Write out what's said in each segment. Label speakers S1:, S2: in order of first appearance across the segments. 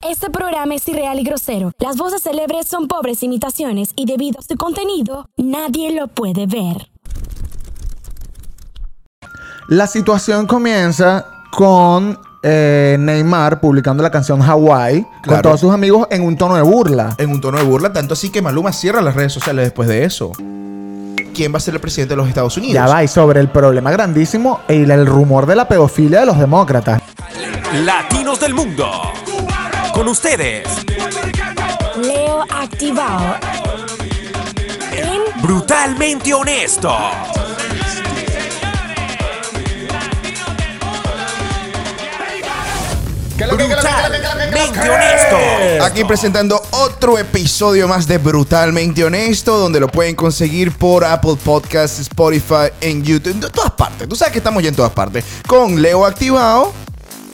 S1: Este programa es irreal y grosero. Las voces célebres son pobres imitaciones y debido a su contenido, nadie lo puede ver.
S2: La situación comienza con eh, Neymar publicando la canción Hawaii con
S3: Claro.
S2: todos sus amigos en un tono de burla.
S3: en un tono de burla, tanto así que Maluma cierra las redes sociales después de eso. ¿Quién va a ser el presidente de los Estados Unidos?
S2: Ya va, y sobre el problema grandísimo y el, el rumor de la pedofilia de los demócratas.
S4: Latinos del Mundo. Con ustedes,
S1: Leo activado. En
S4: brutalmente honesto. Brutalmente honesto.
S3: Aquí presentando otro episodio más de Brutalmente Honesto, donde lo pueden conseguir por Apple Podcasts, Spotify, en YouTube, en todas partes. Tú sabes que estamos ya en todas partes. Con Leo activado.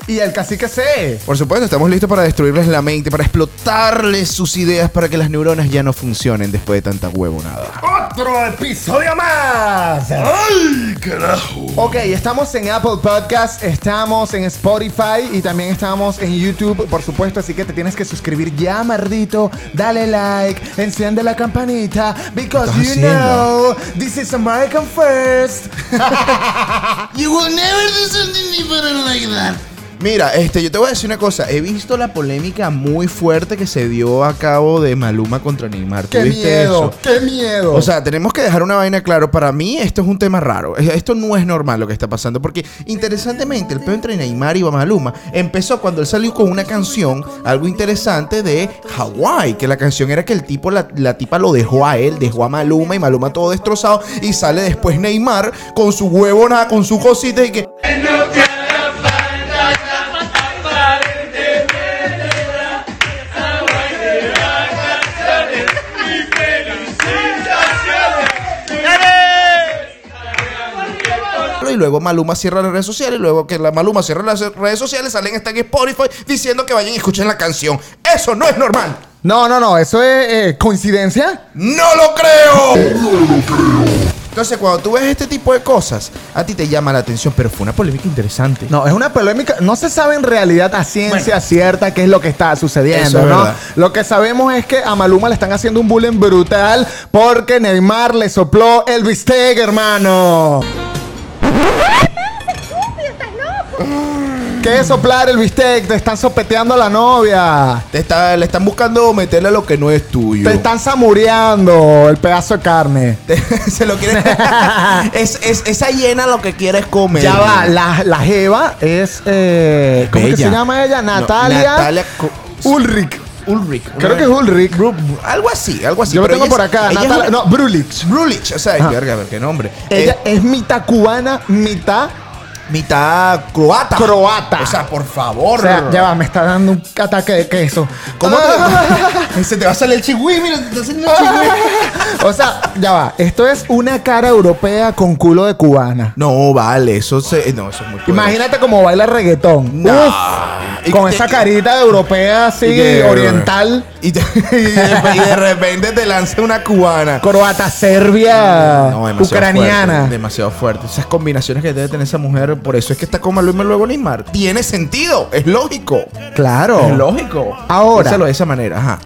S2: Y el cacique C.
S3: Por supuesto, estamos listos para destruirles la mente, para explotarles sus ideas, para que las neuronas ya no funcionen después de tanta huevonada.
S2: ¡Otro episodio más!
S3: ¡Ay, carajo!
S2: Ok, estamos en Apple Podcast, estamos en Spotify y también estamos en YouTube, por supuesto, así que te tienes que suscribir ya, mardito. Dale like, enciende la campanita, because
S3: ¿Qué
S2: you
S3: estás
S2: know
S3: haciendo?
S2: this is American first.
S5: You will never do something different like that.
S3: Mira, este, yo te voy a decir una cosa. He visto la polémica muy fuerte que se dio a cabo de Maluma contra Neymar. ¿Tú
S2: ¡Qué
S3: viste
S2: miedo!
S3: eso?
S2: ¡Qué miedo!
S3: O sea, tenemos que dejar una vaina claro. Para mí, esto es un tema raro. Es- Esto no es normal lo que está pasando. Porque, interesantemente, el peo entre Neymar y Maluma empezó cuando él salió con una canción, algo interesante de Hawái. Que la canción era que el tipo, la, la tipa lo dejó a él, dejó a Maluma y Maluma todo destrozado. Y sale después Neymar con su huevona, con su cosita y que. Y luego Maluma cierra las redes sociales. Y luego que la Maluma cierra las redes sociales, salen hasta en Spotify diciendo que vayan y escuchen la canción. ¡Eso no es normal!
S2: no, no, no, eso es eh, coincidencia.
S3: ¡No lo creo! Entonces, cuando tú ves este tipo de cosas, a ti te llama la atención, pero fue una polémica interesante.
S2: No, es una polémica. No se sabe en realidad a ciencia cierta qué es lo que está sucediendo,
S3: Eso es
S2: ¿no?
S3: verdad.
S2: Lo que sabemos es que a Maluma le están haciendo un bullying brutal porque Neymar le sopló el bistec, hermano. ¿Qué es soplar el bistec? Te están sopeteando a la novia.
S3: Te está- le están buscando meterle lo que no es tuyo.
S2: Te están samureando el pedazo de carne.
S3: Se lo quieren. es, es- esa hiena lo que quiere es comer.
S2: Ya va, la, la Jeva es. eh, ¿Cómo que
S3: Bella.
S2: se llama ella?
S3: No,
S2: Natalia.
S3: Natalia Co-
S2: Ulrich.
S3: Ulrich.
S2: Creo que es Ulrich.
S3: Algo así, algo así.
S2: Yo lo
S3: pero
S2: tengo
S3: ella
S2: por
S3: es-
S2: acá.
S3: ella es
S2: Natalia-
S3: una-
S2: no, Brulich.
S3: Brulich, o sea,
S2: Ajá.
S3: verga, a ver qué nombre.
S2: Ella
S3: Eh,
S2: es mitad cubana, mitad.
S3: mitad croata.
S2: Croata.
S3: O sea, por
S2: O
S3: favor.
S2: sea, ya va, me está dando un ataque de queso.
S3: ¿Cómo
S2: Ah,
S3: te... Se te va a salir el chigüí, mira, se te está saliendo el chigüí.
S2: o sea, ya va. Esto es una cara europea con culo de cubana.
S3: No, vale, eso se... eh, No, eso es muy poderoso.
S2: Imagínate cómo baila reggaetón.
S3: No.
S2: Uf,
S3: Pues. Y
S2: con
S3: te-
S2: esa carita de europea
S3: Y
S2: así,
S3: que-
S2: oriental,
S3: Y, te- y de, y de repente te lanza una cubana.
S2: croata, serbia,
S3: No, demasiado
S2: Ah, ucraniana.
S3: fuerte, demasiado fuerte. Esas combinaciones que debe tener esa mujer, por eso es que está con Maluma y luego Neymar. Tiene sentido, es lógico.
S2: Claro.
S3: Es lógico.
S2: Ahora.
S3: Piénsalo de esa manera, ajá.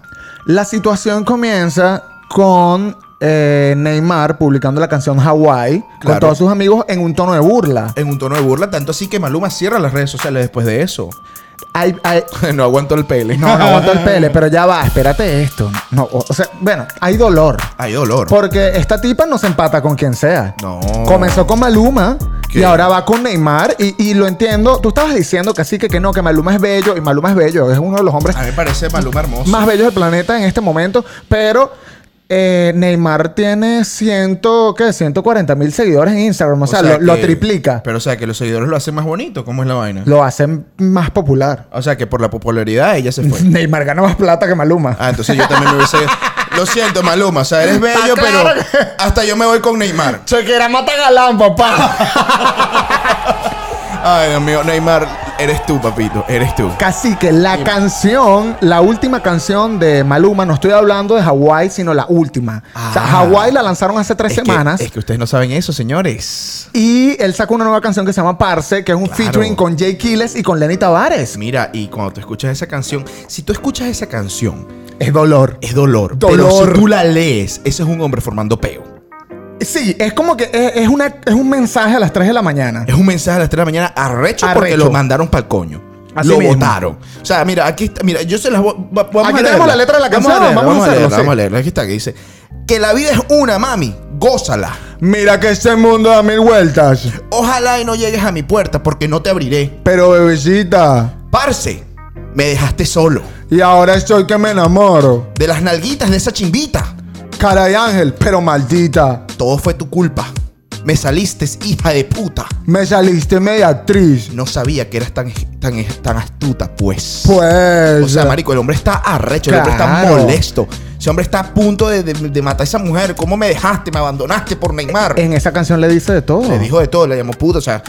S2: La situación comienza con eh, Neymar publicando la canción Hawaii con
S3: Claro. Eh,
S2: todos sus amigos en un tono de burla.
S3: En un tono de burla, tanto así que Maluma cierra las redes sociales después de eso.
S2: Ay, ay,
S3: no aguanto el pele.
S2: no, no aguanto el pele, pero ya va, espérate esto. No, o, o sea, bueno, hay dolor.
S3: Hay dolor.
S2: Porque esta tipa no se empata con quien sea.
S3: No.
S2: Comenzó con Maluma y
S3: ¿Qué?
S2: ahora va con Neymar. Y, y lo entiendo. Tú estabas diciendo que sí, que, que no, que Maluma es bello. Y Maluma es bello. Es uno de los hombres
S3: A mí me parece Maluma hermoso.
S2: más bellos del planeta en este momento, pero eh, Neymar tiene ciento, ¿qué? 140 mil seguidores en Instagram, o, sea, lo, lo
S3: que-
S2: triplica,
S3: Pero o sea, que los seguidores lo hacen más bonito. ¿Cómo es la vaina?
S2: lo hacen más popular.
S3: O sea, que por la popularidad ella se fue.
S2: Neymar gana más plata que Maluma.
S3: Ah, entonces yo también me hubiese... Lo siento, Maluma. O sea, eres bello,
S2: Está
S3: pero
S2: claro
S3: hasta yo me voy con Neymar.
S2: Se quiera mata galán, papá.
S3: Ay, Dios mío, Neymar. eres tú, papito. Eres tú.
S2: Cacique, la canción, la última canción de Maluma, no estoy hablando de Hawái, sino la última. O sea,
S3: Ah.
S2: Hawái la lanzaron hace tres
S3: Es que-
S2: semanas.
S3: es que ustedes no saben eso, señores.
S2: Y él sacó una nueva canción que se llama Parse, que es un
S3: Claro.
S2: featuring con Jay Quiles y con Lenny Tavares.
S3: Mira, y cuando tú escuchas esa canción, si tú escuchas esa canción,
S2: Es dolor.
S3: es dolor. Pero
S2: Dolor.
S3: si tú la lees, ese es un hombre formando peo.
S2: Sí, es como que es, es una, es un mensaje a las 3 de la mañana.
S3: Es un mensaje a las 3 de la mañana arrecho, porque
S2: Arrecho.
S3: lo mandaron para el coño.
S2: Así
S3: lo
S2: mismo.
S3: votaron. O sea, mira, aquí está. Mira, yo se las voy. va- vamos
S2: Aquí
S3: a
S2: tenemos
S3: leerla.
S2: la letra de la canción,
S3: Vamos a leerla,
S2: vamos a
S3: vamos a
S2: hacerlo,
S3: leerla,
S2: sí.
S3: vamos a leerla. Aquí está, que dice: Que la vida es una, mami. Gózala.
S2: Mira que este mundo da mil vueltas.
S3: Ojalá y no llegues a mi puerta porque no te abriré.
S2: Pero bebecita,
S3: Parce, me dejaste solo.
S2: y ahora estoy que me enamoro.
S3: De las nalguitas de esa chimbita.
S2: Cara de ángel, pero maldita.
S3: Todo fue tu culpa. Me saliste, hija de puta.
S2: Me saliste media actriz.
S3: No sabía que eras tan, tan, tan astuta, pues.
S2: Pues.
S3: O sea, marico, el hombre está arrecho, el hombre
S2: Claro.
S3: está molesto. Ese hombre está a punto de, de- de matar a esa mujer. ¿Cómo me dejaste? Me abandonaste por Neymar.
S2: En esa canción le dice de todo.
S3: Le dijo de todo, le llamó puta. O sea,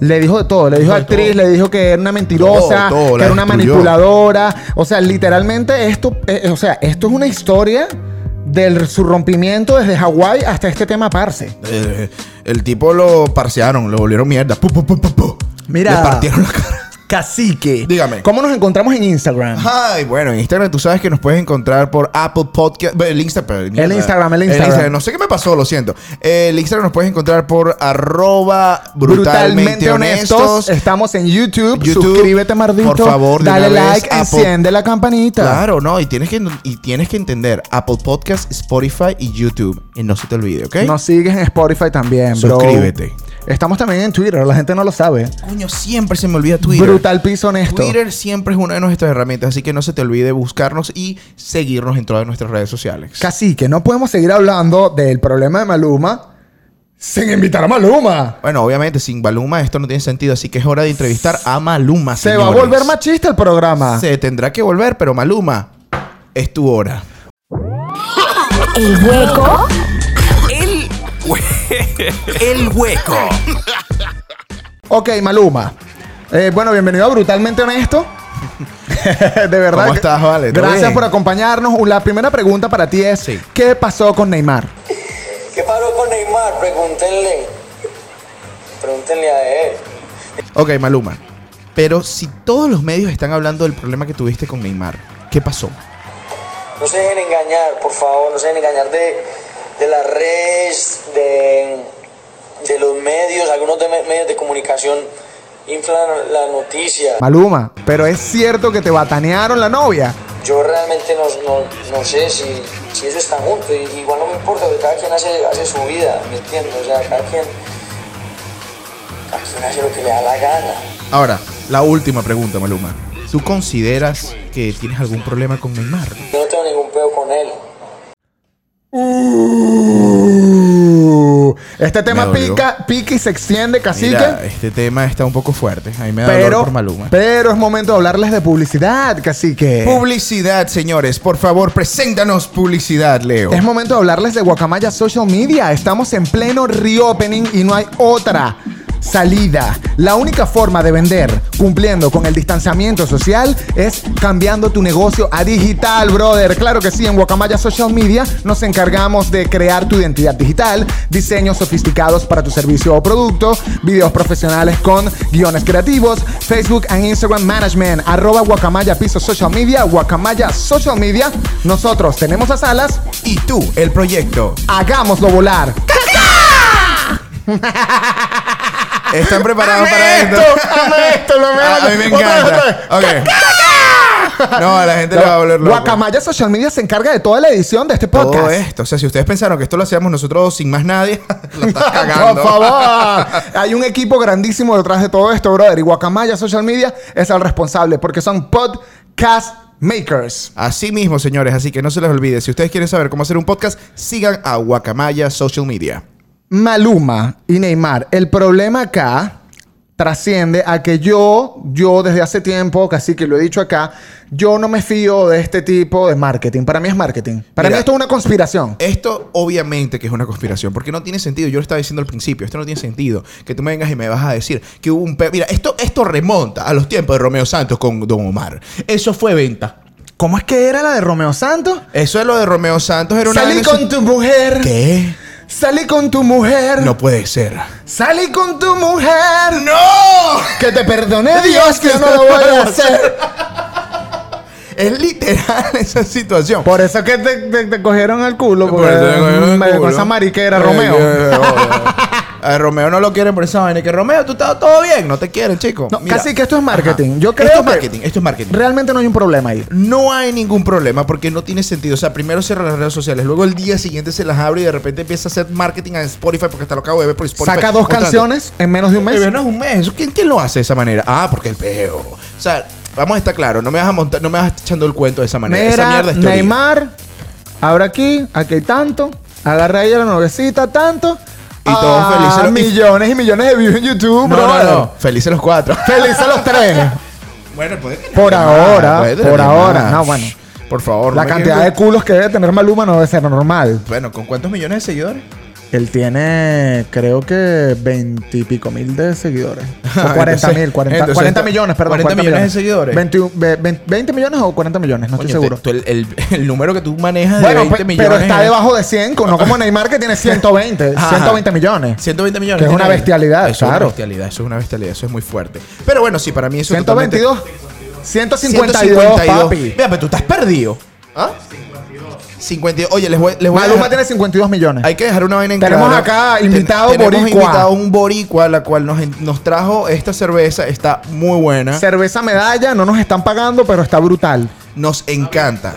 S2: Le dijo de todo, le dijo
S3: Dijo de
S2: actriz,
S3: todo.
S2: le dijo que era una mentirosa,
S3: Todo, todo,
S2: que
S3: la
S2: era una
S3: destruyó.
S2: manipuladora. O sea, literalmente esto, eh, eh, o sea, esto es una historia de su rompimiento desde Hawái hasta este tema Parse.
S3: eh, el tipo lo parsearon, lo volvieron mierda. Pu, pu, pu, pu, pu.
S2: Mira.
S3: Le partieron la cara.
S2: Cacique.
S3: Dígame.
S2: ¿Cómo nos encontramos en Instagram?
S3: Ay, bueno, en Instagram tú sabes que nos puedes encontrar por Apple Podcast. El Instagram. mierda.
S2: El Instagram, el Instagram.
S3: No sé qué me pasó, lo siento. Eh, El Instagram nos puedes encontrar por arroba brutalmente, honestos.
S2: Estamos en YouTube.
S3: YouTube.
S2: Suscríbete, Mardito.
S3: Por favor, de
S2: dale
S3: una vez,
S2: like,
S3: Apple.
S2: enciende la campanita.
S3: Claro, no, y tienes, que, y tienes que entender Apple Podcast, Spotify y YouTube. Y no se te olvide, ¿ok?
S2: Nos sigues en Spotify también, bro.
S3: ¿eh? Suscríbete.
S2: Estamos también en Twitter, la gente no lo sabe.
S3: Coño, siempre se me olvida Twitter.
S2: Brutal piso honesto.
S3: Twitter siempre es una de nuestras herramientas, así que no se te olvide buscarnos y seguirnos en todas nuestras redes sociales.
S2: Casi que no podemos seguir hablando del problema de Maluma sin invitar a Maluma.
S3: Bueno, obviamente sin Maluma esto no tiene sentido, así que es hora de entrevistar a Maluma.
S2: Se va a
S3: señores.
S2: volver machista el programa.
S3: Se tendrá que volver, pero Maluma, es tu hora.
S1: El hueco
S4: El hue- El hueco.
S2: Ok, Maluma. Eh, bueno, bienvenido a Brutalmente Honesto. de verdad.
S3: ¿Cómo
S2: que-
S3: estás, Vale? ¿Todo
S2: Gracias
S3: bien?
S2: por acompañarnos. La primera pregunta para ti es:
S3: Sí.
S2: ¿Qué pasó con Neymar?
S6: ¿Qué paró con Neymar? Pregúntenle. Pregúntenle a él.
S3: Ok, Maluma. Pero si todos los medios están hablando del problema que tuviste con Neymar, ¿qué pasó?
S6: No se dejen engañar, por favor, no se dejen engañar de, de las redes, de, de los medios, algunos de me- medios de comunicación inflan la noticia.
S2: Maluma, pero es cierto que te batanearon la novia.
S6: Yo realmente no, no- no sé si, si eso está junto, y- igual no me importa, porque cada quien hace, hace su vida, ¿me entiendes? O sea, cada quien, cada quien hace lo que le da la gana.
S3: Ahora, la última pregunta, Maluma. ¿Tú consideras que tienes algún problema con Neymar?
S6: Yo no tengo ningún peo con él.
S2: Uh, este tema
S3: dolió.
S2: pica, pica y se extiende, cacique.
S3: Mira, este tema está un poco fuerte. A mí me da dolor
S2: pero,
S3: por Maluma.
S2: pero es momento de hablarles de publicidad, cacique.
S3: Publicidad, señores. Por favor, preséntanos publicidad, Leo.
S2: Es momento de hablarles de Guacamaya Social Media. Estamos en pleno reopening y no hay otra salida. La única forma de vender cumpliendo con el distanciamiento social es cambiando tu negocio a digital, brother. Claro que sí, en Guacamaya Social Media nos encargamos de crear tu identidad digital, diseños sofisticados para tu servicio o producto, videos profesionales con guiones creativos, Facebook and Instagram Management, arroba guacamaya piso social media, guacamaya social media. Nosotros tenemos las alas,
S3: Y tú, el proyecto.
S2: Hagámoslo volar.
S3: ¿Están preparados para esto?
S2: esto, lo
S3: Ah, a mí me encanta. Ok. No, a la gente le va a volver loco.
S2: Guacamaya Social Media se encarga de toda la edición de este podcast.
S3: Todo esto. O sea, si ustedes pensaron que esto lo hacíamos nosotros sin más nadie, lo estás cagando.
S2: Por favor. Hay un equipo grandísimo detrás de todo esto, brother. Y Guacamaya Social Media es el responsable porque son podcast makers.
S3: Así mismo, señores. Así que no se les olvide. Si ustedes quieren saber cómo hacer un podcast, sigan a Guacamaya Social Media.
S2: Maluma y Neymar. El problema acá trasciende a que yo, yo desde hace tiempo, casi que lo he dicho acá, yo no me fío de este tipo de marketing. Para mí es marketing. Para
S3: Mira.
S2: mí esto es una conspiración.
S3: Esto obviamente que es una conspiración, porque no tiene sentido. Yo lo estaba diciendo al principio, esto no tiene sentido. Que tú me vengas y me vas a decir que hubo un... pe- Mira, esto, esto remonta a los tiempos de Romeo Santos con Don Omar. Eso fue venta.
S2: ¿Cómo es que era la de Romeo Santos?
S3: Eso de lo de Romeo Santos era una...
S2: Salí
S3: vaina-
S2: con tu mujer.
S3: ¿Qué?
S2: Salí con tu mujer.
S3: No puede ser.
S2: Salí con tu mujer.
S3: ¡No!
S2: Que te perdone Dios que no lo voy a hacer.
S3: Es literal esa situación.
S2: Por eso que te, te- te cogieron al culo. Porque
S3: Por eso me cogieron el
S2: me-
S3: culo.
S2: con esa mariquera,
S3: Ay,
S2: Romeo.
S3: ay, ay, ay. A Romeo no lo quieren por esa vaina. Que Romeo, tú estás todo bien. No te quieren, chico.
S2: No,
S3: Mira.
S2: casi que esto es marketing.
S3: Ajá.
S2: Yo creo
S3: Esto es
S2: que-
S3: marketing. Esto es marketing.
S2: Realmente no hay un problema ahí.
S3: No hay ningún problema porque no tiene sentido. O sea, primero cierra las redes sociales, luego el día siguiente se las abre y de repente empieza a hacer marketing a Spotify porque hasta lo acabo de ver por Spotify.
S2: Saca dos
S3: Mostrando.
S2: canciones en menos de un
S3: Eh,
S2: mes.
S3: pero no es un mes. ¿Eso ¿Quién, quién lo hace de esa manera? Ah, porque el peo. O sea, vamos a estar claros. No me vas a montar, no me vas a estar echando el cuento de esa manera. esa
S2: Mira,
S3: mierda es teoría.
S2: Neymar, ahora aquí, aquí hay tanto. Agarra ahí a la novecita, tanto.
S3: Y todos
S2: Ah,
S3: felices. Y-
S2: Millones y millones de views en YouTube,
S3: No, no,
S2: brother.
S3: no. Felices los cuatro.
S2: Feliz a los tres.
S3: Bueno, puede que
S2: Por
S3: tener
S2: ahora,
S3: puede tener
S2: por ahora.
S3: más.
S2: No, bueno.
S3: Por favor.
S2: La
S3: no me
S2: cantidad de
S3: quieres-
S2: culos que debe tener Maluma no debe ser normal.
S3: Bueno, ¿con cuántos millones de seguidores?
S2: Él tiene, creo que veintipico mil de seguidores. O
S3: Entonces,
S2: 40 mil, 40,
S3: entonces,
S2: 40 millones, perdón.
S3: 40 millones de seguidores.
S2: 21 ve- ve- 20 millones o 40 millones, no
S3: Coño,
S2: estoy seguro.
S3: te- tú el, el- el número que tú manejas de
S2: bueno,
S3: 20
S2: pe-
S3: millones. eh.
S2: pero está
S3: es-
S2: debajo de 100, no como Neymar que tiene 120,
S3: Ajá.
S2: 120 millones.
S3: 120 millones.
S2: Que es una
S3: tiene-
S2: bestialidad,
S3: Eso es
S2: claro.
S3: una bestialidad, eso es una bestialidad, eso es muy fuerte. Pero bueno, sí, para mí eso es totalmente-
S2: 122, 152,
S3: 152.
S2: papi.
S3: Mira, pero tú estás perdido. ¿Ah? 52. Oye, les voy, les voy a
S2: Maluma
S3: dejar-
S2: tiene 52 millones.
S3: Hay que dejar una vaina en
S2: Tenemos
S3: claro.
S2: acá
S3: Ten-
S2: invitado boricua.
S3: Tenemos invitado un boricua, la cual nos, en- nos trajo esta cerveza. Está muy buena.
S2: Cerveza medalla, no nos están pagando, pero está brutal.
S3: Nos encanta.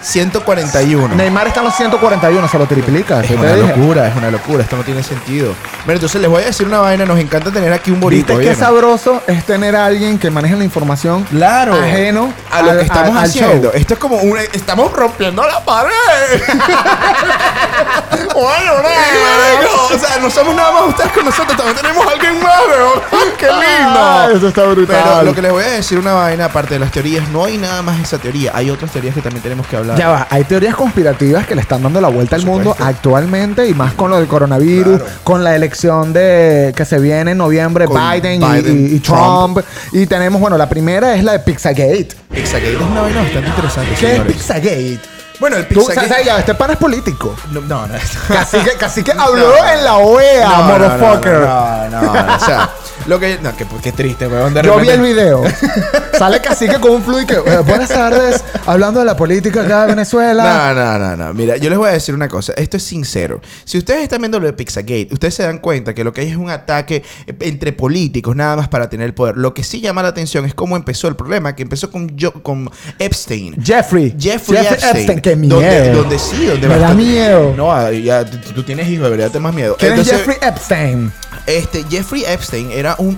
S3: 141.
S2: Neymar está en los 141, se lo triplica.
S3: Es
S2: yo te
S3: una
S2: dije.
S3: locura, es una locura. Esto no tiene sentido. Mira, entonces les voy a decir una vaina. Nos encanta tener aquí un boricua.
S2: ¿Viste qué
S3: ¿oyeron?
S2: sabroso es tener a alguien que maneje la información
S3: Claro.
S2: ajeno
S3: a lo
S2: al-
S3: que estamos
S2: al- al
S3: haciendo.
S2: show?
S3: Esto es como un. Estamos rompiendo la pared. bueno,
S2: ¿eh?
S3: marico, O sea, no somos nada más ustedes con nosotros. También tenemos a alguien más, weón. ¡Qué
S2: Ah,
S3: lindo!
S2: eso está brutal.
S3: Pero lo que les voy a decir una vaina, aparte de las teorías, no hay nada más esa teoría. Hay otras teorías que también tenemos que hablar.
S2: Ya va, hay teorías conspirativas que le están dando la vuelta al
S3: Por
S2: mundo
S3: supuesto.
S2: actualmente y más con lo del coronavirus, con la elección de que se viene en noviembre,
S3: Con
S2: Biden, y-
S3: Biden,
S2: y, y Trump. Y tenemos, bueno, la primera es la de Pizzagate.
S3: Pizzagate es una vaina bastante interesante.
S2: ¿Qué es
S3: señores.
S2: Pizzagate?
S3: Bueno, el
S2: Tú, o sea,
S3: Pizzagate.
S2: ya, este pan es político.
S3: No, no, no.
S2: Casi que, casi que habló
S3: No.
S2: en la OEA,
S3: No, no, no,
S2: motherfucker.
S3: No, no, no, O sea, lo que. No, que, qué triste, weón. de
S2: Yo vi
S3: repente-
S2: el video. Sale cacique con un fluid que. eh, buenas tardes. Hablando de la política acá de Venezuela.
S3: No, no, no, no. Mira, yo les voy a decir una cosa. Esto es sincero. Si ustedes están viendo lo de Pizzagate, ustedes se dan cuenta que lo que hay es un ataque eh, entre políticos nada más para tener el poder. Lo que sí llama la atención es cómo empezó el problema, que empezó con, Jo- con Epstein.
S2: Jeffrey.
S3: Jeffrey, Epstein.
S2: Qué miedo.
S3: Donde, donde sí, donde
S2: Me da
S3: bastante-
S2: miedo.
S3: No, ah, ya t- tú tienes hijo, de verdad te más miedo.
S2: ¿Quién
S3: Entonces,
S2: es Jeffrey Epstein?
S3: Este, Jeffrey Epstein era un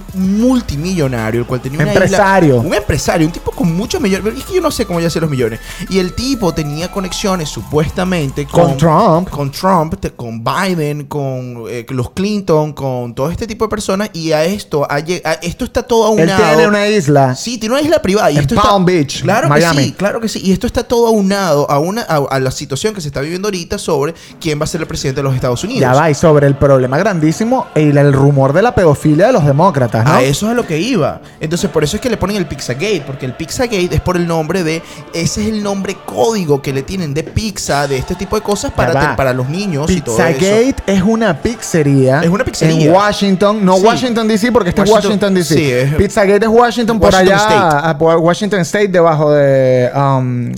S3: multimillonario, el cual tenía una
S2: Empresario.
S3: isla- un empresario, un tipo con muchos millones. Es que yo no sé cómo ya hace los millones. Y el tipo tenía conexiones supuestamente
S2: Con Trump.
S3: Con Trump, te- con Biden, con eh, los Clinton, con todo este tipo de personas. Y a esto, a, lle- a- esto está todo
S2: Él
S3: aunado.
S2: tiene una isla.
S3: Sí, tiene una isla privada. Y
S2: En
S3: esto
S2: Palm
S3: está,
S2: Beach,
S3: claro
S2: Miami.
S3: que sí, claro que sí. Y esto está todo aunado a, una, a, a la situación que se está viviendo ahorita sobre quién va a ser el presidente de los Estados Unidos.
S2: Ya va, y sobre el problema grandísimo y el, el rumor de la pedofilia de los demócratas, Ah, ¿no?
S3: A Ah, eso es a lo que iba. Entonces, por eso es que le ponen el Pizzagate, porque el Pizzagate es por el nombre de. Ese es el nombre código que le tienen de pizza, de este tipo de cosas para,
S2: Ya va.
S3: te- para los niños y todo eso.
S2: Pizzagate es una pizzería.
S3: Es una pizzería.
S2: En Washington. No
S3: Sí.
S2: Washington DC porque este
S3: Washington-
S2: es Washington DC.
S3: sí, es-
S2: Pizzagate es Washington, por allá.
S3: Washington State.
S2: ah, por Washington State debajo de um,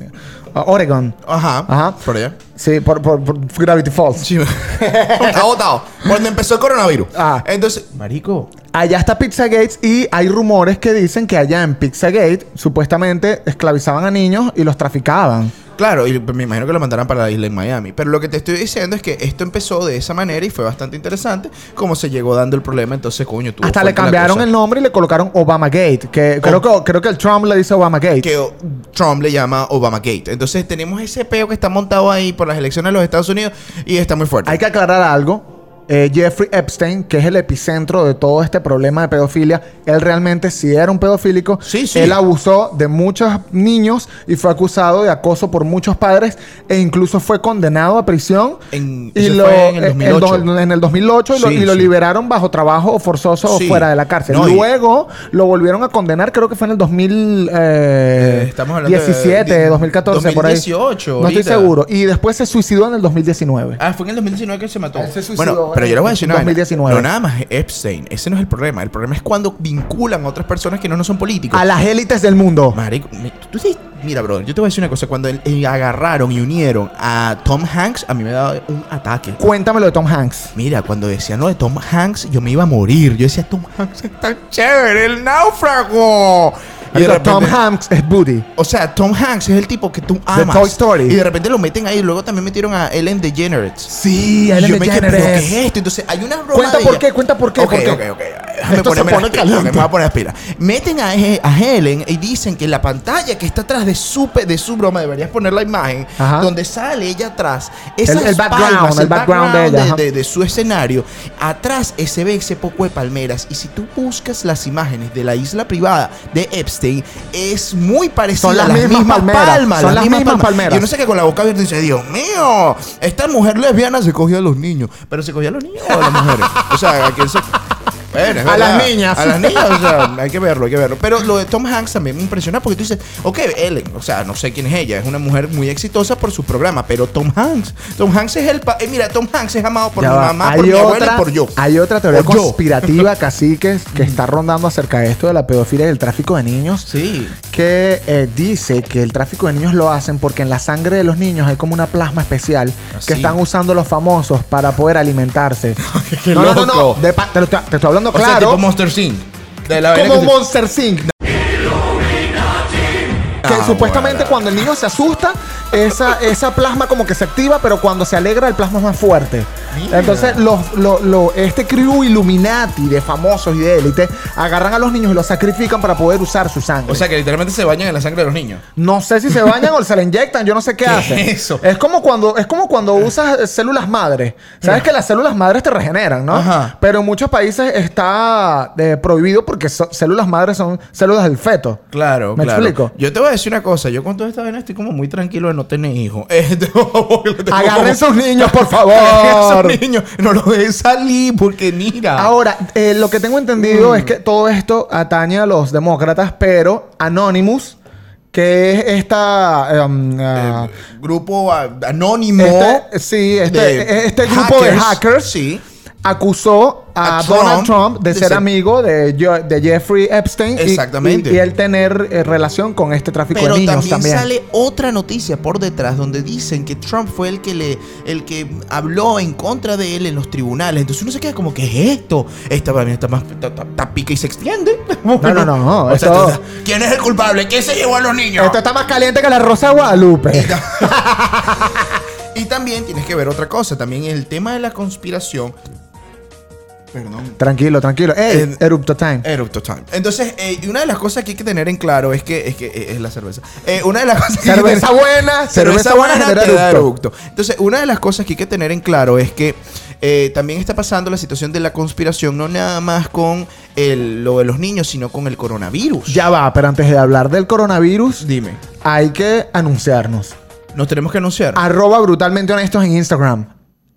S2: Oregon.
S3: Ajá.
S2: Ajá.
S3: Por allá.
S2: Sí, por, por- por Gravity Falls.
S3: Sí. Está botado. Por donde empezó el coronavirus.
S2: Ah.
S3: Entonces. Marico.
S2: Allá está Pizzagate y hay rumores que dicen que allá en Pizzagate supuestamente esclavizaban a niños y los traficaban.
S3: Claro, y me imagino que lo mandarán para la isla en Miami. Pero lo que te estoy diciendo es que esto empezó de esa manera y fue bastante interesante cómo se llegó dando el problema. Entonces, coño, tú.
S2: Hasta le cambiaron el nombre y le colocaron Obamagate. Que creo, que creo que el Trump le dice Obamagate.
S3: Oh. que o- Trump le llama Obama Gate. Entonces tenemos ese peo que está montado ahí por las elecciones de los Estados Unidos y está muy fuerte.
S2: Hay que aclarar algo. eh, Jeffrey Epstein, que es el epicentro de todo este problema de pedofilia, él realmente sí era un pedofílico.
S3: Sí, sí.
S2: Él abusó de muchos niños y fue acusado de acoso por muchos padres e incluso fue condenado a prisión.
S3: En- eso fue en el
S2: eh,
S3: 2008.
S2: do- en el 2008 y, lo,
S3: Sí,
S2: y lo
S3: sí.
S2: liberaron bajo trabajo forzoso
S3: Sí.
S2: o fuera de la cárcel.
S3: No, y-
S2: Luego lo volvieron a condenar, creo que fue en el 2017,
S3: Eh, estamos hablando de-
S2: 2014,
S3: de-
S2: 2014, por ahí.
S3: 2018
S2: No estoy
S3: ahorita.
S2: seguro. Y después se suicidó en el 2019.
S3: Ah, fue en el 2019 que se mató.
S2: Él se suicidó
S3: bueno, pero yo le voy a decir
S2: en
S3: una vaina.
S2: 2019.
S3: No, nada más Epstein. Ese no es el problema. El problema es cuando vinculan a otras personas que no, no son políticos.
S2: A las élites del mundo.
S3: Marico, mi- tú sí- mira, bro, yo te voy a decir una cosa. Cuando el- eh, agarraron y unieron a Tom Hanks, a mí me daba un ataque.
S2: Cuéntame lo de Tom Hanks.
S3: Mira, cuando decían lo de Tom Hanks, yo me iba a morir. Yo decía, Tom Hanks es tan chévere, el náufrago. Y de
S2: Marico, Tom
S3: repente-
S2: Hanks es Booty.
S3: o sea, Tom Hanks es el tipo que tú amas.
S2: Toy Story.
S3: Y de repente lo meten ahí. Luego también metieron a Ellen DeGeneres.
S2: Sí,
S3: Y
S2: Ellen
S3: yo me dije, ¿pero qué
S2: DeGeneres.
S3: es esto? Entonces, hay una broma
S2: Cuenta
S3: de
S2: por
S3: ella.
S2: qué, cuenta por qué,
S3: Ok,
S2: por qué.
S3: ok, ok.
S2: Esto
S3: Déjame
S2: se
S3: ponerme
S2: pone
S3: las-
S2: caliente.
S3: Me voy a poner las pilas. Meten a, He- a Helen y dicen que la pantalla que está atrás de su, pe- de su broma, deberías poner la imagen,
S2: Ajá.
S3: donde sale ella atrás.
S2: el background, el background de ella, ajá.
S3: de- de su escenario. Atrás eh, se ve ese poco de palmeras. Y si tú buscas las imágenes de la isla privada de Epstein, es muy parecido
S2: Son
S3: a
S2: las mismas palmeras,
S3: palmas.
S2: son las mismas palmeras.
S3: Yo no sé que con la boca abierta dice, Dios mío, esta mujer lesbiana se cogió a los niños. Pero se cogió a los niños o a las mujeres. O sea, a quién se. Bueno, es
S2: A
S3: verdad.
S2: las niñas.
S3: A las niñas, o sea, hay que verlo, hay que verlo. Pero lo de Tom Hanks también me impresiona porque tú dices, ok, Ellen, o sea, no sé quién es ella, es una mujer muy exitosa por su programa, pero Tom Hanks, Tom Hanks es el... pa- eh, mira, Tom Hanks es amado por
S2: Ya
S3: mi
S2: va.
S3: mamá, por mi abuela y por yo.
S2: Hay otra teoría
S3: Por yo.
S2: conspirativa, caciques, que está rondando acerca de esto de la pedofilia y del tráfico de niños.
S3: Sí.
S2: Que eh, dice que el tráfico de niños lo hacen porque en la sangre de los niños hay como una plasma especial
S3: Así.
S2: que están usando los famosos para poder alimentarse.
S3: Qué
S2: no, no, no,
S3: loco.
S2: no. De pa- te, lo- te estoy hablando
S3: O sea,
S2: claro.
S3: tipo Monster Inc. De la vaina
S2: como
S3: que-
S2: Monster Sync. Que
S3: Ah,
S2: supuestamente
S3: bueno.
S2: cuando el niño se asusta, esa, esa plasma como que se activa, pero cuando se alegra el plasma es más fuerte.
S3: Mira.
S2: Entonces, los, lo- lo- este crew Illuminati de famosos y de élite agarran a los niños y los sacrifican para poder usar su sangre.
S3: O sea, que literalmente se bañan en la sangre de los niños.
S2: no sé si se bañan o se la inyectan, yo no sé qué,
S3: ¿Qué
S2: hacen.
S3: es eso?
S2: como cuando, es como cuando usas eh, células madres. Sabes que las células madres te regeneran, ¿no?
S3: Ajá.
S2: Pero en muchos países está eh, prohibido porque so- células madres son células del feto.
S3: Claro,
S2: ¿Me
S3: claro.
S2: explico?
S3: Yo te voy a decir una cosa. Yo con toda esta vaina estoy como muy tranquilo de no tener hijos. Eh, tengo- tengo como-
S2: Agarren sus niños, por
S3: Agarren
S2: favor.
S3: esos niños. No los dejes salir porque mira.
S2: Ahora, eh, lo que tengo entendido
S3: Mm.
S2: es que todo esto atañe a los demócratas, pero Anonymous, que es esta. em, ah,
S3: grupo ah, anónimo.
S2: Este- sí, este- este grupo de hackers.
S3: Sí.
S2: acusó a,
S3: A
S2: Donald
S3: Trump
S2: Trump de,
S3: de
S2: ser
S3: ser-
S2: amigo de, Jo- de Jeffrey Epstein y-
S3: Exactamente.
S2: Y, y él tener eh, relación con este tráfico
S3: Pero
S2: de niños
S3: también,
S2: también.
S3: sale otra noticia por detrás donde dicen que Trump fue el que le el que habló en contra de él en los tribunales. Entonces uno se queda como, ¿qué es esto? Esta para mí está más está, está- está pica y se extiende. No,
S2: no, no, no, esto-
S3: ¿Quién es el culpable? ¿Quién se llevó a los niños?
S2: Esto está más caliente que la Rosa de Guadalupe.
S3: Y también tienes que ver otra cosa, también el tema de la conspiración. Perdón.
S2: tranquilo, tranquilo. Ey,
S3: En- Eh,
S2: erupto time.
S3: Erupto time. Entonces, eh, y una de las cosas que hay que tener en claro es que es, que, eh, es la cerveza. Eh, una de las cosas que hay que
S2: Cerveza
S3: tener-
S2: buena, cerveza buena genera
S3: te da
S2: eructo.
S3: eructo. Entonces, una de las cosas que hay que tener en claro es que eh, también está pasando la situación de la conspiración, no nada más con el- lo de los niños, sino con el coronavirus.
S2: Ya va, pero antes de hablar del coronavirus,
S3: Dime,
S2: hay que anunciarnos.
S3: nos tenemos que anunciar.
S2: Arroba brutalmente honestos en Instagram.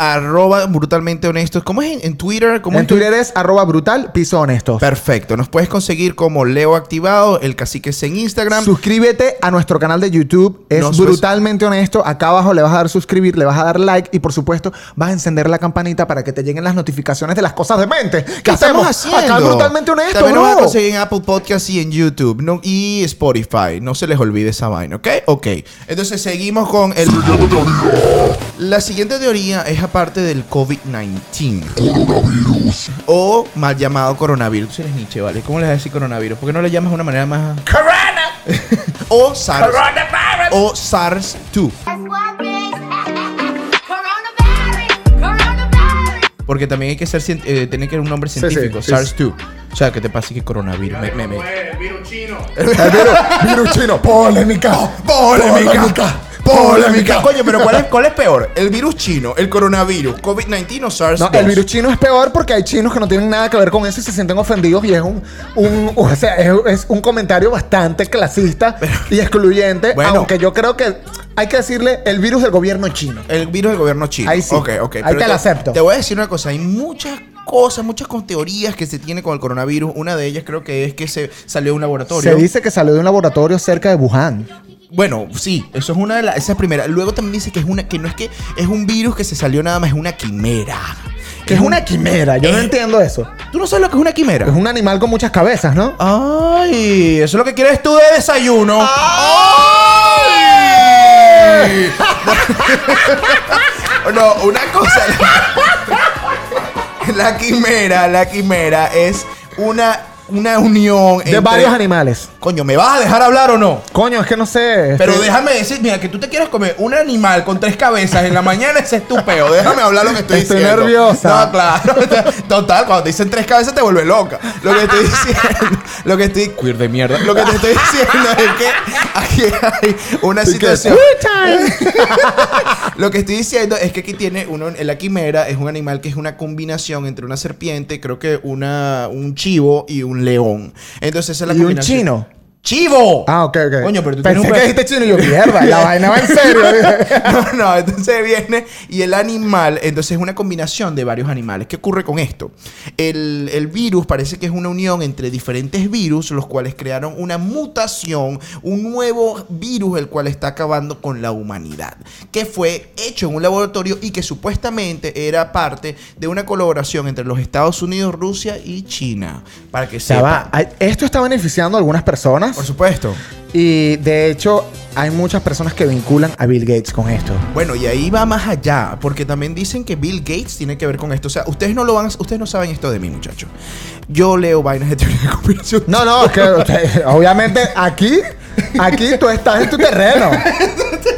S3: Arroba brutalmente honestos. ¿Cómo es en, en Twitter? ¿Cómo
S2: En Twitter es arroba brutal piso honestos.
S3: Perfecto. Nos puedes conseguir como Leo Activado, el cacique es en Instagram. pues,
S2: Suscríbete a nuestro canal de YouTube. Es
S3: Nos-
S2: brutalmente honesto. Acá abajo le vas a dar suscribir, le vas a dar like y por supuesto vas a encender la campanita para que te lleguen las notificaciones de las cosas de mente. ¿Qué
S3: ¿Qué
S2: hacemos?
S3: estamos haciendo?
S2: Acá en brutalmente honesto.
S3: También lo van a
S2: bro.
S3: conseguir en Apple Podcast y en YouTube no, y Spotify. No se les olvide esa vaina, ¿ok? Ok. Entonces seguimos con el. La siguiente teoría es aparte del COVID-19. Coronavirus. O mal llamado coronavirus. Tú eres Nietzsche, ¿vale? ¿Cómo le vas a decir coronavirus? ¿Por qué no le llamas de una manera más. ¡Corona! o SARS. O SARS-2.
S7: Coronavirus, coronavirus.
S3: Porque también hay que ser cien- eh, tiene que ser un nombre
S2: sí,
S3: científico,
S2: sí.
S3: SARS-2. O sea, que te pase que coronavirus. Me- me- me-
S2: Virus chino. Polémica.
S3: Polémica. Polémica. Coño, pero ¿cuál es, ¿cuál es peor? ¿El virus chino, el coronavirus, COVID-19 o SARS?
S2: No, el virus chino es peor porque hay chinos que no tienen nada que ver con eso y se sienten ofendidos y es un, un- o sea, es, es un comentario bastante clasista y excluyente,
S3: Bueno.
S2: aunque yo creo que hay que decirle el virus del gobierno chino.
S3: El virus del gobierno chino.
S2: Ahí sí.
S3: Ok, ok.
S2: Ahí
S3: pero
S2: te la acepto.
S3: Te voy a decir una cosa. Hay muchas cosas, muchas con teorías que se tiene con el coronavirus. Una de ellas creo que es que se salió de un laboratorio.
S2: Se dice que salió de un laboratorio cerca de Wuhan.
S3: Bueno, sí, eso es una de las, esa es primera. Luego también dice que es una, que no es que es un virus que se salió nada más, es una quimera.
S2: Que es una quimera, yo no
S3: Eh.
S2: entiendo eso.
S3: ¿Tú no sabes lo que es una quimera?
S2: Es un animal con muchas cabezas, ¿no?
S3: Ay, eso es lo que quieres tú de desayuno. ¡Ay! no, una cosa. La, la quimera, la quimera es una, una unión
S2: De varios animales.
S3: Coño, ¿me vas a dejar hablar o no?
S2: Coño, es que no sé.
S3: Pero
S2: estoy-
S3: déjame decir, mira, que tú te quieras comer un animal con tres cabezas en la mañana, ese es tu peo. Déjame hablar lo que estoy,
S2: Estoy
S3: diciendo.
S2: nerviosa.
S3: No, claro. Total, cuando te dicen tres cabezas te vuelve loca. Lo que estoy diciendo, lo que estoy. Queer de mierda. Lo que te estoy diciendo es que aquí hay una
S2: estoy que-
S3: situación.
S2: ¡Woo time!
S3: Lo que estoy diciendo es que aquí tiene uno, en la quimera es un animal que es una combinación entre una serpiente, creo que una, un chivo y un león. Entonces esa es la
S2: Y un
S3: combinación.
S2: chino.
S3: ¡Chivo!
S2: Ah, ok, ok.
S3: Coño, pero tú
S2: Pensé
S3: tienes un
S2: que
S3: pe-
S2: dijiste chino y yo, mierda, la vaina va en serio.
S3: no, no, entonces viene y el animal, entonces es una combinación de varios animales. ¿Qué ocurre con esto? El, el virus parece que es una unión entre diferentes virus, los cuales crearon una mutación, un nuevo virus, el cual está acabando con la humanidad, que fue hecho en un laboratorio y que supuestamente era parte de una colaboración entre los Estados Unidos, Rusia y China. Para que
S2: Ya
S3: se
S2: va, ay, Esto está beneficiando a algunas personas.
S3: Por supuesto.
S2: Y de hecho, hay muchas personas que vinculan a Bill Gates con esto.
S3: Bueno, y ahí va más allá, porque también dicen que Bill Gates tiene que ver con esto. O sea, ustedes no lo van, ustedes no saben esto de mí, muchachos. Yo leo vainas de teoría de conspiración.
S2: No, no, es que usted- obviamente aquí, aquí tú estás en tu terreno.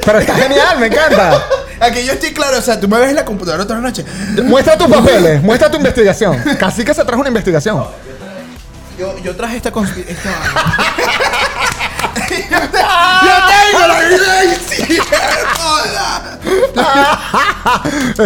S2: Pero está genial, me encanta.
S3: Aquí yo estoy claro, o sea, tú me ves en la computadora otra noche.
S2: Muestra tus papeles, muestra tu investigación. Casi que se trajo una investigación.
S3: Yo, yo traje esta conspiración. yo tengo la evidencia. Hola.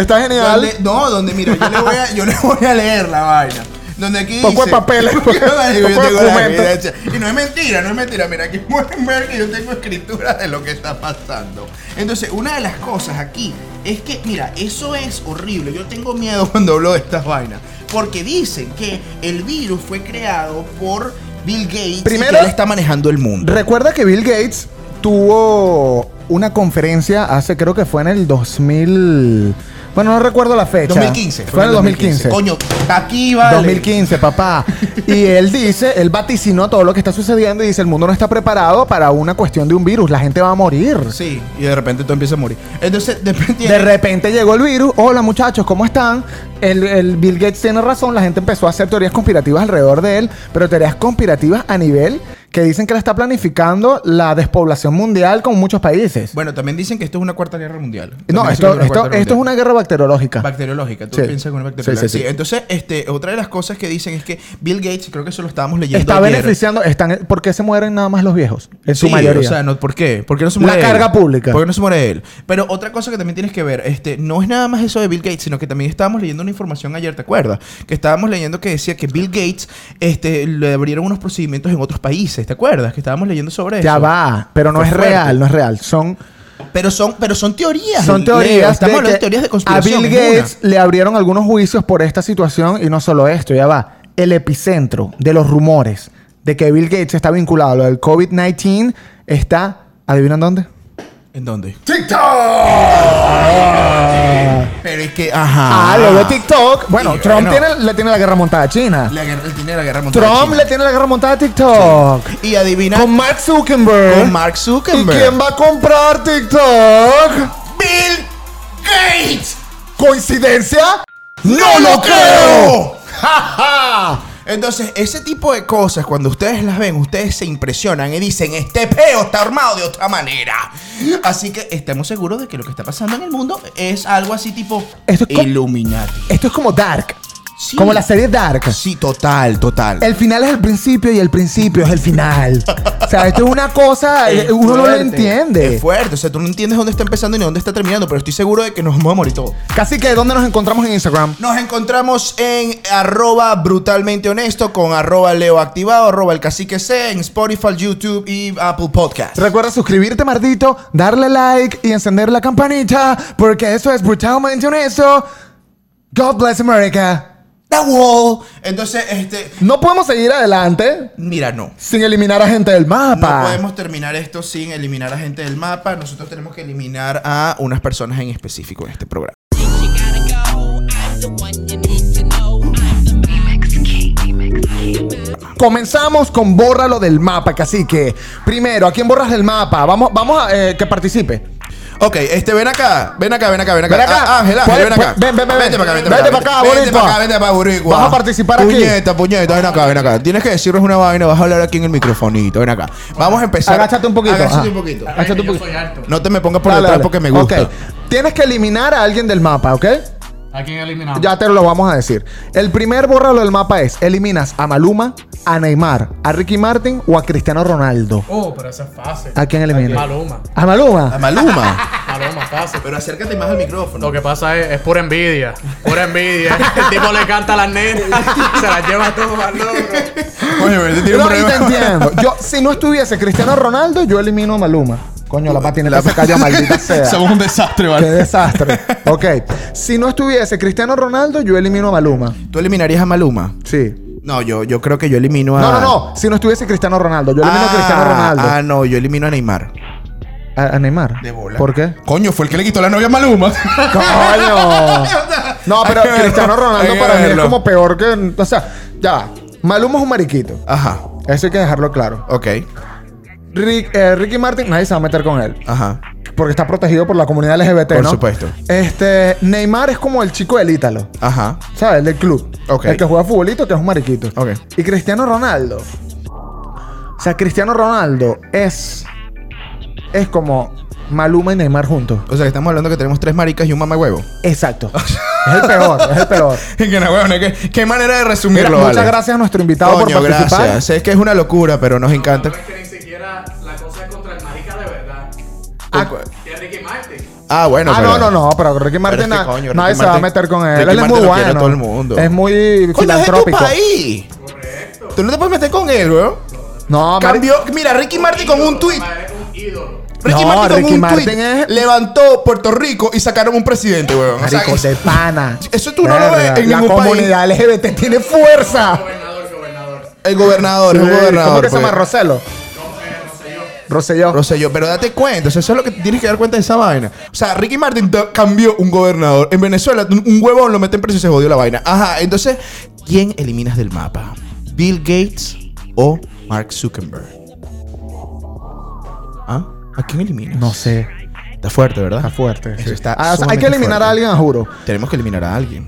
S2: Está genial.
S3: Donde- no, donde mira, yo le voy a, yo le voy a leer la vaina. Donde aquí
S2: Poco de
S3: dice-
S2: papeles,
S3: Yo
S2: poco de
S3: tengo la
S2: documentos.
S3: evidencia. y no es mentira, no es mentira. Mira, aquí pueden ver que yo tengo escritura de lo que está pasando. Entonces, una de las cosas aquí es que, mira, eso es horrible. Yo tengo miedo cuando hablo de estas vainas. Porque dicen que el virus fue creado por Bill Gates y
S2: Primero-
S3: que él está manejando el mundo.
S2: Recuerda que Bill Gates tuvo una conferencia hace, creo que fue en el 2000. Bueno, no recuerdo la fecha.
S3: 2015.
S2: Fue en el 2015.
S3: Coño, aquí vale.
S2: 2015, papá. Y él dice, él vaticinó todo lo que está sucediendo y dice, el mundo no está preparado para una cuestión de un virus, la gente va a morir.
S3: Sí, y de repente tú empiezas a morir. Entonces, dependiendo.
S2: De repente llegó el virus, hola muchachos, ¿cómo están? El, el Bill Gates tiene razón, la gente empezó a hacer teorías conspirativas alrededor de él, pero teorías conspirativas a nivel que dicen que la está planificando la despoblación mundial con muchos países.
S3: Bueno, también dicen que esto es una cuarta guerra mundial.
S2: no,
S3: También dicen que
S2: esto, esto,
S3: cuarta
S2: esto es una guerra bacteriológica.
S3: bacteriológica. Tú
S2: Sí.
S3: piensas que es una
S2: Sí,
S3: bacteriológica.
S2: sí, sí.
S3: Entonces, este, otra de las cosas que dicen es que Bill Gates, creo que eso lo estábamos leyendo
S2: Está
S3: ayer.
S2: beneficiando, están, ¿por qué se mueren nada más los viejos? En su
S3: Sí,
S2: mayoría.
S3: O sea, no, ¿por qué? ¿Por qué no se
S2: La
S3: muere él?
S2: carga pública.
S3: ¿Por qué no se muere él? Pero otra cosa que también tienes que ver, este, no es nada más eso de Bill Gates, sino que también estábamos leyendo una información ayer, ¿te acuerdas? Que estábamos leyendo que decía que Bill Gates, este, le abrieron unos procedimientos en otros países, ¿te acuerdas? Que estábamos leyendo sobre eso.
S2: ya va, pero no
S3: Fue
S2: es
S3: fuerte.
S2: real, no es real. Son
S3: Pero son, pero son teorías.
S2: Son
S3: Leo.
S2: teorías.
S3: Estamos hablando de
S2: que
S3: teorías de conspiración.
S2: A Bill
S3: es una.
S2: Gates le abrieron algunos juicios por esta situación y no solo esto, ya va. El epicentro de los rumores de que Bill Gates está vinculado a lo del COVID-19 está, ¿adivinan dónde?
S3: ¿En dónde? Pero es que, ajá.
S2: Ah, lo de TikTok. Bueno,
S3: Sí,
S2: Trump
S3: bueno.
S2: Tiene, le tiene la guerra montada a China.
S3: La guerra, él tiene la guerra mundial.
S2: Trump le tiene la guerra montada a TikTok.
S3: Y adivina.
S2: Con Mark Zuckerberg.
S3: Con Mark Zuckerberg.
S2: ¿Y quién va a comprar TikTok?
S3: Bill Gates.
S2: ¿Coincidencia?
S3: ¡No
S2: lo creo!
S3: Entonces, ese tipo de cosas, cuando ustedes las ven, ustedes se impresionan y dicen, este peo está armado de otra manera. Así que estamos seguros de que lo que está pasando en el mundo es algo así tipo
S2: Esto es co-
S3: Illuminati.
S2: Esto es como Dark.
S3: Sí.
S2: Como la serie Dark.
S3: Sí, total, total.
S2: El final es el principio y el principio es el final. O sea, esto es una cosa,
S3: Es
S2: uno no lo
S3: fuerte,
S2: entiende.
S3: Es fuerte, o sea, tú no entiendes dónde está empezando ni dónde está terminando, pero estoy seguro de que nos vamos a morir todos.
S2: Casi que, ¿dónde nos encontramos en Instagram?
S3: Nos encontramos en arroba brutalmente honesto con arroba leo activado, arroba el cacique C, en Spotify, YouTube y Apple Podcast.
S2: Recuerda suscribirte, Mardito, darle like y encender la campanita, porque eso es brutalmente honesto. God bless America.
S3: The wall. Entonces, este,
S2: No podemos seguir adelante
S3: mira, no.
S2: sin eliminar a gente del mapa.
S3: No podemos terminar esto sin eliminar a gente del mapa. Nosotros tenemos que eliminar a unas personas en específico en este programa.
S2: Comenzamos con bórralo del mapa, cacique. Primero, ¿a quién borras del mapa? Vamos, vamos a eh, que participe.
S3: Ok, este, ven acá, ven acá, ven acá, ven acá.
S2: Ven acá.
S3: Ah, Ángel, Ángel,
S2: Puede-
S3: ven acá.
S2: puede- ven, ven, ven.
S3: Vente para acá, vente,
S2: Vente
S3: para
S2: para acá,
S3: acá. Vente para
S2: boricua.
S3: acá, vente para Boricua.
S2: Vas a participar aquí.
S3: Puñeta, puñeta, ven acá, ven acá. Tienes que decirnos una vaina, vas a hablar aquí en el microfonito, ven acá. Vamos a empezar.
S2: Agáchate un poquito.
S3: Agáchate
S2: Ah.
S3: un poquito.
S2: Agáchate un poquito.
S3: No te me pongas por
S2: Dale,
S3: detrás
S2: dale.
S3: porque me gusta.
S2: Ok. Tienes que eliminar a alguien del mapa, ¿ok?
S8: ¿A quién eliminamos?
S2: Ya te lo vamos a decir. El primer bórralo del mapa es: eliminas a Maluma, a Neymar, a Ricky Martin o a Cristiano Ronaldo.
S8: Oh, pero esa es fácil.
S2: ¿A quién eliminas?
S8: Maluma.
S2: ¿A Maluma?
S3: A Ah, Maluma.
S8: Maluma, fácil.
S3: Pero acércate más al micrófono.
S8: Lo que pasa es, es pura envidia. Pura envidia. El tipo le canta a las nenas. Se las lleva a todos al logro.
S3: Oye, pero este tiene un
S2: No, y te
S3: problema.
S2: entiendo. Yo, si no estuviese Cristiano Ronaldo, yo elimino a Maluma. Coño, la patineta se calla, maldita sea.
S3: Somos un desastre,
S2: Qué
S3: ¿vale?
S2: desastre. Ok. Si no estuviese Cristiano Ronaldo, yo elimino a Maluma.
S3: ¿Tú eliminarías a Maluma?
S2: Sí.
S3: No, yo, yo creo que yo elimino a.
S2: No, no, no. Si no estuviese Cristiano Ronaldo, yo elimino a Cristiano Ronaldo.
S3: Ah, no, yo elimino a Neymar.
S2: A, a Neymar. ¿Por qué?
S3: Coño, fue el que le quitó la novia a Maluma.
S2: ¡Coño! No, pero
S3: Hay que verlo.
S2: Cristiano Ronaldo
S3: Hay que
S2: para mí es
S3: verlo.
S2: como peor que. O sea, ya. va. Maluma es un mariquito.
S3: Ajá,
S2: Eso hay que dejarlo claro.
S3: ok.
S2: Rick- eh, Ricky Martin, nadie se va a meter con él.
S3: Ajá.
S2: Porque está protegido por la comunidad LGBT,
S3: Por
S2: ¿no?
S3: supuesto.
S2: Este, Neymar es como el chico del Ítalo,
S3: Ajá.
S2: ¿sabes? El del club.
S3: Ok.
S2: El que juega futbolito, que es un mariquito.
S3: Ok.
S2: Y Cristiano Ronaldo. O sea, Cristiano Ronaldo es. Es como Maluma y Neymar juntos.
S3: O sea, que estamos hablando que tenemos tres maricas y un mamagüevo.
S2: Exacto. es el peor, es el peor.
S3: que no, huevón, qué, qué manera de
S2: Mira,
S3: resumirlo,
S2: muchas
S3: vale.
S2: gracias a nuestro invitado
S3: Coño,
S2: por participar.
S3: gracias. Sé que es una locura, pero nos encanta.
S8: es que ni siquiera la cosa es contra el marica de verdad.
S2: Ah,
S8: Que es Ricky Martin.
S3: Ah, bueno.
S2: ah,
S3: pero-
S2: no, no, no, pero Ricky Martin,
S3: es que,
S2: na-
S3: coño,
S2: nadie
S3: Ricky
S2: se va a
S3: Martin-
S2: meter con él.
S3: Ricky
S2: él es muy
S3: Martin lo
S2: bueno.
S3: quiere todo el mundo.
S2: Es muy
S3: Coño, es de tu
S2: filantrópico.
S3: país. Tú no te puedes meter con él, weón.
S2: No, Mari-
S3: Cambió. Mira, Ricky Martin con un tweet.
S8: Es un ídolo.
S3: Ricky
S2: No,
S3: Martin con
S2: Ricky
S3: un
S2: Martin
S3: tweet
S2: es-
S3: levantó Puerto Rico y sacaron un presidente, weón. O sea,
S2: Marico, de pana.
S3: Eso tú no lo ves en
S2: La
S3: ningún país.
S2: comunidad LGBT tiene fuerza.
S8: Gobernador, gobernador.
S3: el gobernador, el gobernador.
S2: ¿Cómo que se
S3: pues.
S2: llama? Roselo. Roselló.
S3: Rosselló, pero date cuenta, o sea, eso es lo que te tienes que dar cuenta de esa vaina. O sea, Ricky Martin t- cambió un gobernador. En Venezuela, un un huevón lo meten preso y se jodió la vaina. Ajá, entonces, ¿quién eliminas del mapa? ¿Bill Gates o Mark Zuckerberg? ¿Ah? ¿A quién eliminas?
S2: No sé.
S3: Está fuerte, ¿verdad?
S2: Está fuerte.
S3: Eso
S2: sí. Ah,
S3: está
S2: o sea, hay
S3: sumamente
S2: que eliminar a
S3: fuerte.
S2: alguien, juro.
S3: Tenemos que eliminar a alguien.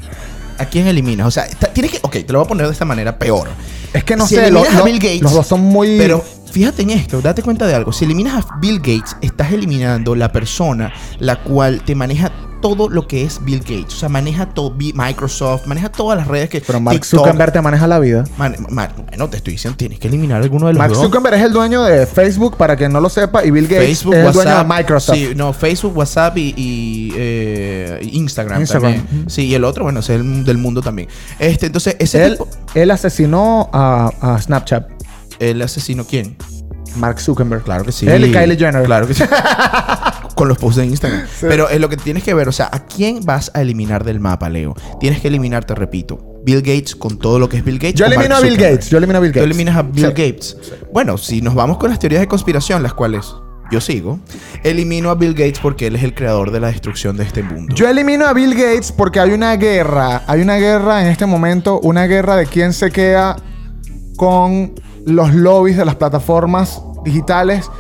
S3: ¿A quién eliminas? O sea, está- tienes que. Ok, te lo voy a poner de esta manera peor.
S2: Es que no
S3: Si
S2: sé. lo-
S3: eliminas a
S2: lo-
S3: Bill Gates,
S2: Los dos son muy.
S3: Pero fíjate en esto, date cuenta de algo. Si eliminas a Bill Gates, estás eliminando la persona la cual te maneja todo lo que es Bill Gates. O sea, maneja todo Bi- Microsoft, maneja todas las redes que.
S2: pero Mark
S3: TikTok.
S2: Zuckerberg te maneja la vida.
S3: Man- man- bueno, te estoy diciendo, tienes que eliminar alguno de los
S2: Mark
S3: dos.
S2: Zuckerberg es el dueño de Facebook, para quien no lo sepa, y Bill Gates
S3: Facebook,
S2: es el
S3: WhatsApp.
S2: dueño de Microsoft.
S3: Sí, no, Facebook, WhatsApp y, y, eh, Instagram,
S2: Instagram.
S3: también. Sí, y el otro, bueno, es el del mundo también. Este, entonces, ese
S2: él,
S3: tipo-
S2: él asesinó a, a Snapchat,
S3: ¿El asesino quién?
S2: Mark Zuckerberg.
S3: Claro que sí.
S2: Él y Kylie Jenner.
S3: Claro que sí. Con los posts de Instagram. Pero es lo que tienes que ver, o sea, ¿a quién vas a eliminar del mapa, Leo? Tienes que eliminar, te repito, Bill Gates con todo lo que es Bill Gates.
S2: Yo
S3: o
S2: elimino
S3: Mark
S2: a Bill
S3: Zuckerberg.
S2: Gates. Yo elimino a Bill
S3: Tú
S2: Gates.
S3: eliminas a Bill
S2: Sí.
S3: Gates. Bueno, si nos vamos con las teorías de conspiración, las cuales yo sigo, elimino a Bill Gates porque él es el creador de la destrucción de este mundo.
S2: Yo elimino a Bill Gates porque hay una guerra. Hay una guerra en este momento, una guerra de quién se queda con los lobbies de las plataformas digitales.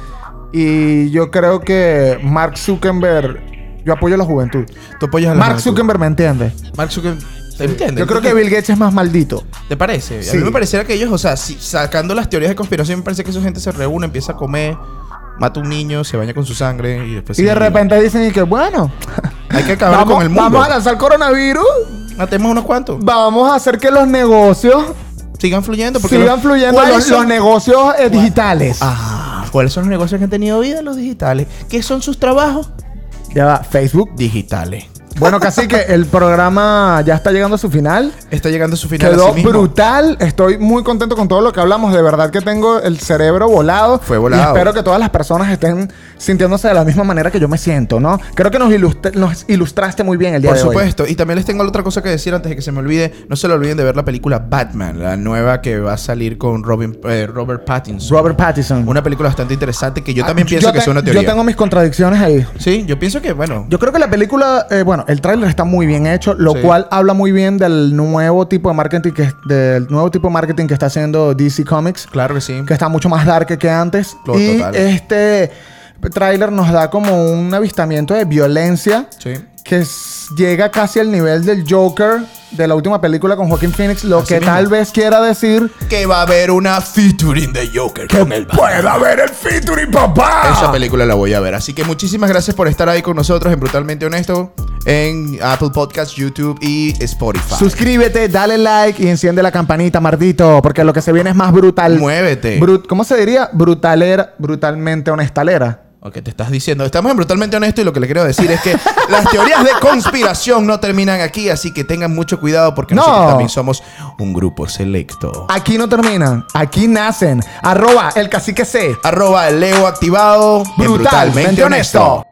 S2: Y yo creo que Mark Zuckerberg. Yo apoyo a la juventud.
S3: Tú apoyas a la
S2: Mark
S3: juventud.
S2: Zuckerberg me entiende.
S3: Mark Zuckerberg. ¿Te entiendes?
S2: Yo creo que Bill Gates es más maldito.
S3: ¿Te parece? A
S2: Sí.
S3: mí me pareciera que ellos, o sea, si- sacando las teorías de conspiración, me parece que esa gente se reúne, empieza a comer, mata a un niño, se baña con su sangre y después.
S2: Y
S3: se
S2: de
S3: elimina.
S2: repente dicen y que bueno,
S3: Hay que acabar
S2: vamos,
S3: con el mundo.
S2: vamos a lanzar coronavirus
S3: matemos unos cuantos.
S2: Vamos a hacer que los negocios
S3: Sigan fluyendo. Porque
S2: sigan
S3: los-
S2: fluyendo
S3: ¿cuáles
S2: los, los
S3: son-
S2: negocios eh, digitales.
S3: Ah, ¿cuáles son los negocios que han tenido vida? Los digitales. ¿Qué son sus trabajos?
S2: Ya va, Facebook.
S3: Digitales.
S2: Bueno, casi que el programa ya está llegando a su final.
S3: Está llegando a su final.
S2: Quedó
S3: así mismo.
S2: brutal. Estoy muy contento con todo lo que hablamos. De verdad que tengo el cerebro volado.
S3: Fue volado.
S2: Y espero que todas las personas estén sintiéndose de la misma manera que yo me siento, ¿no? Creo que nos, ilustre- nos ilustraste muy bien el día
S3: Por
S2: de hoy.
S3: supuesto. Y también les tengo otra cosa que decir antes de que se me olvide. No se lo olviden de ver la película Batman, la nueva que va a salir con Robin, eh, Robert Pattinson.
S2: Robert Pattinson.
S3: Una película bastante interesante que yo también
S2: Ah,
S3: pienso que
S2: te-
S3: es una teoría.
S2: Yo tengo mis contradicciones ahí.
S3: Sí, yo pienso que, bueno.
S2: Yo creo que la película, eh, bueno, el tráiler está muy bien hecho, lo
S3: Sí.
S2: cual habla muy bien del nuevo tipo de marketing que del nuevo tipo de marketing que está haciendo DC Comics,
S3: claro que sí.
S2: que está mucho más dark que antes.
S3: Claro,
S2: y
S3: total.
S2: este tráiler nos da como un avistamiento de violencia
S3: Sí.
S2: que s- llega casi al nivel del Joker de la última película con Joaquin Phoenix, lo
S3: Así
S2: que
S3: mismo.
S2: tal vez quiera decir
S3: Que va a haber una featuring de Joker con el
S2: pueda ver el featuring, papá.
S3: Esa película la voy a ver. Así que muchísimas gracias por estar ahí con nosotros en Brutalmente Honesto, en Apple Podcast, YouTube y Spotify.
S2: Suscríbete, dale like y enciende la campanita, mardito, porque lo que se viene es más brutal.
S3: Muévete.
S2: Brut- ¿Cómo se diría? Brutalera, brutalmente honestalera.
S3: Ok, te estás diciendo. Estamos en Brutalmente Honesto y lo que le quiero decir es que las teorías de conspiración no terminan aquí, así que tengan mucho cuidado porque
S2: No.
S3: nosotros también somos un grupo selecto.
S2: Aquí no terminan, aquí nacen. Arroba el cacique C.
S3: Arroba el Leo activado. en
S2: Brutalmente honesto.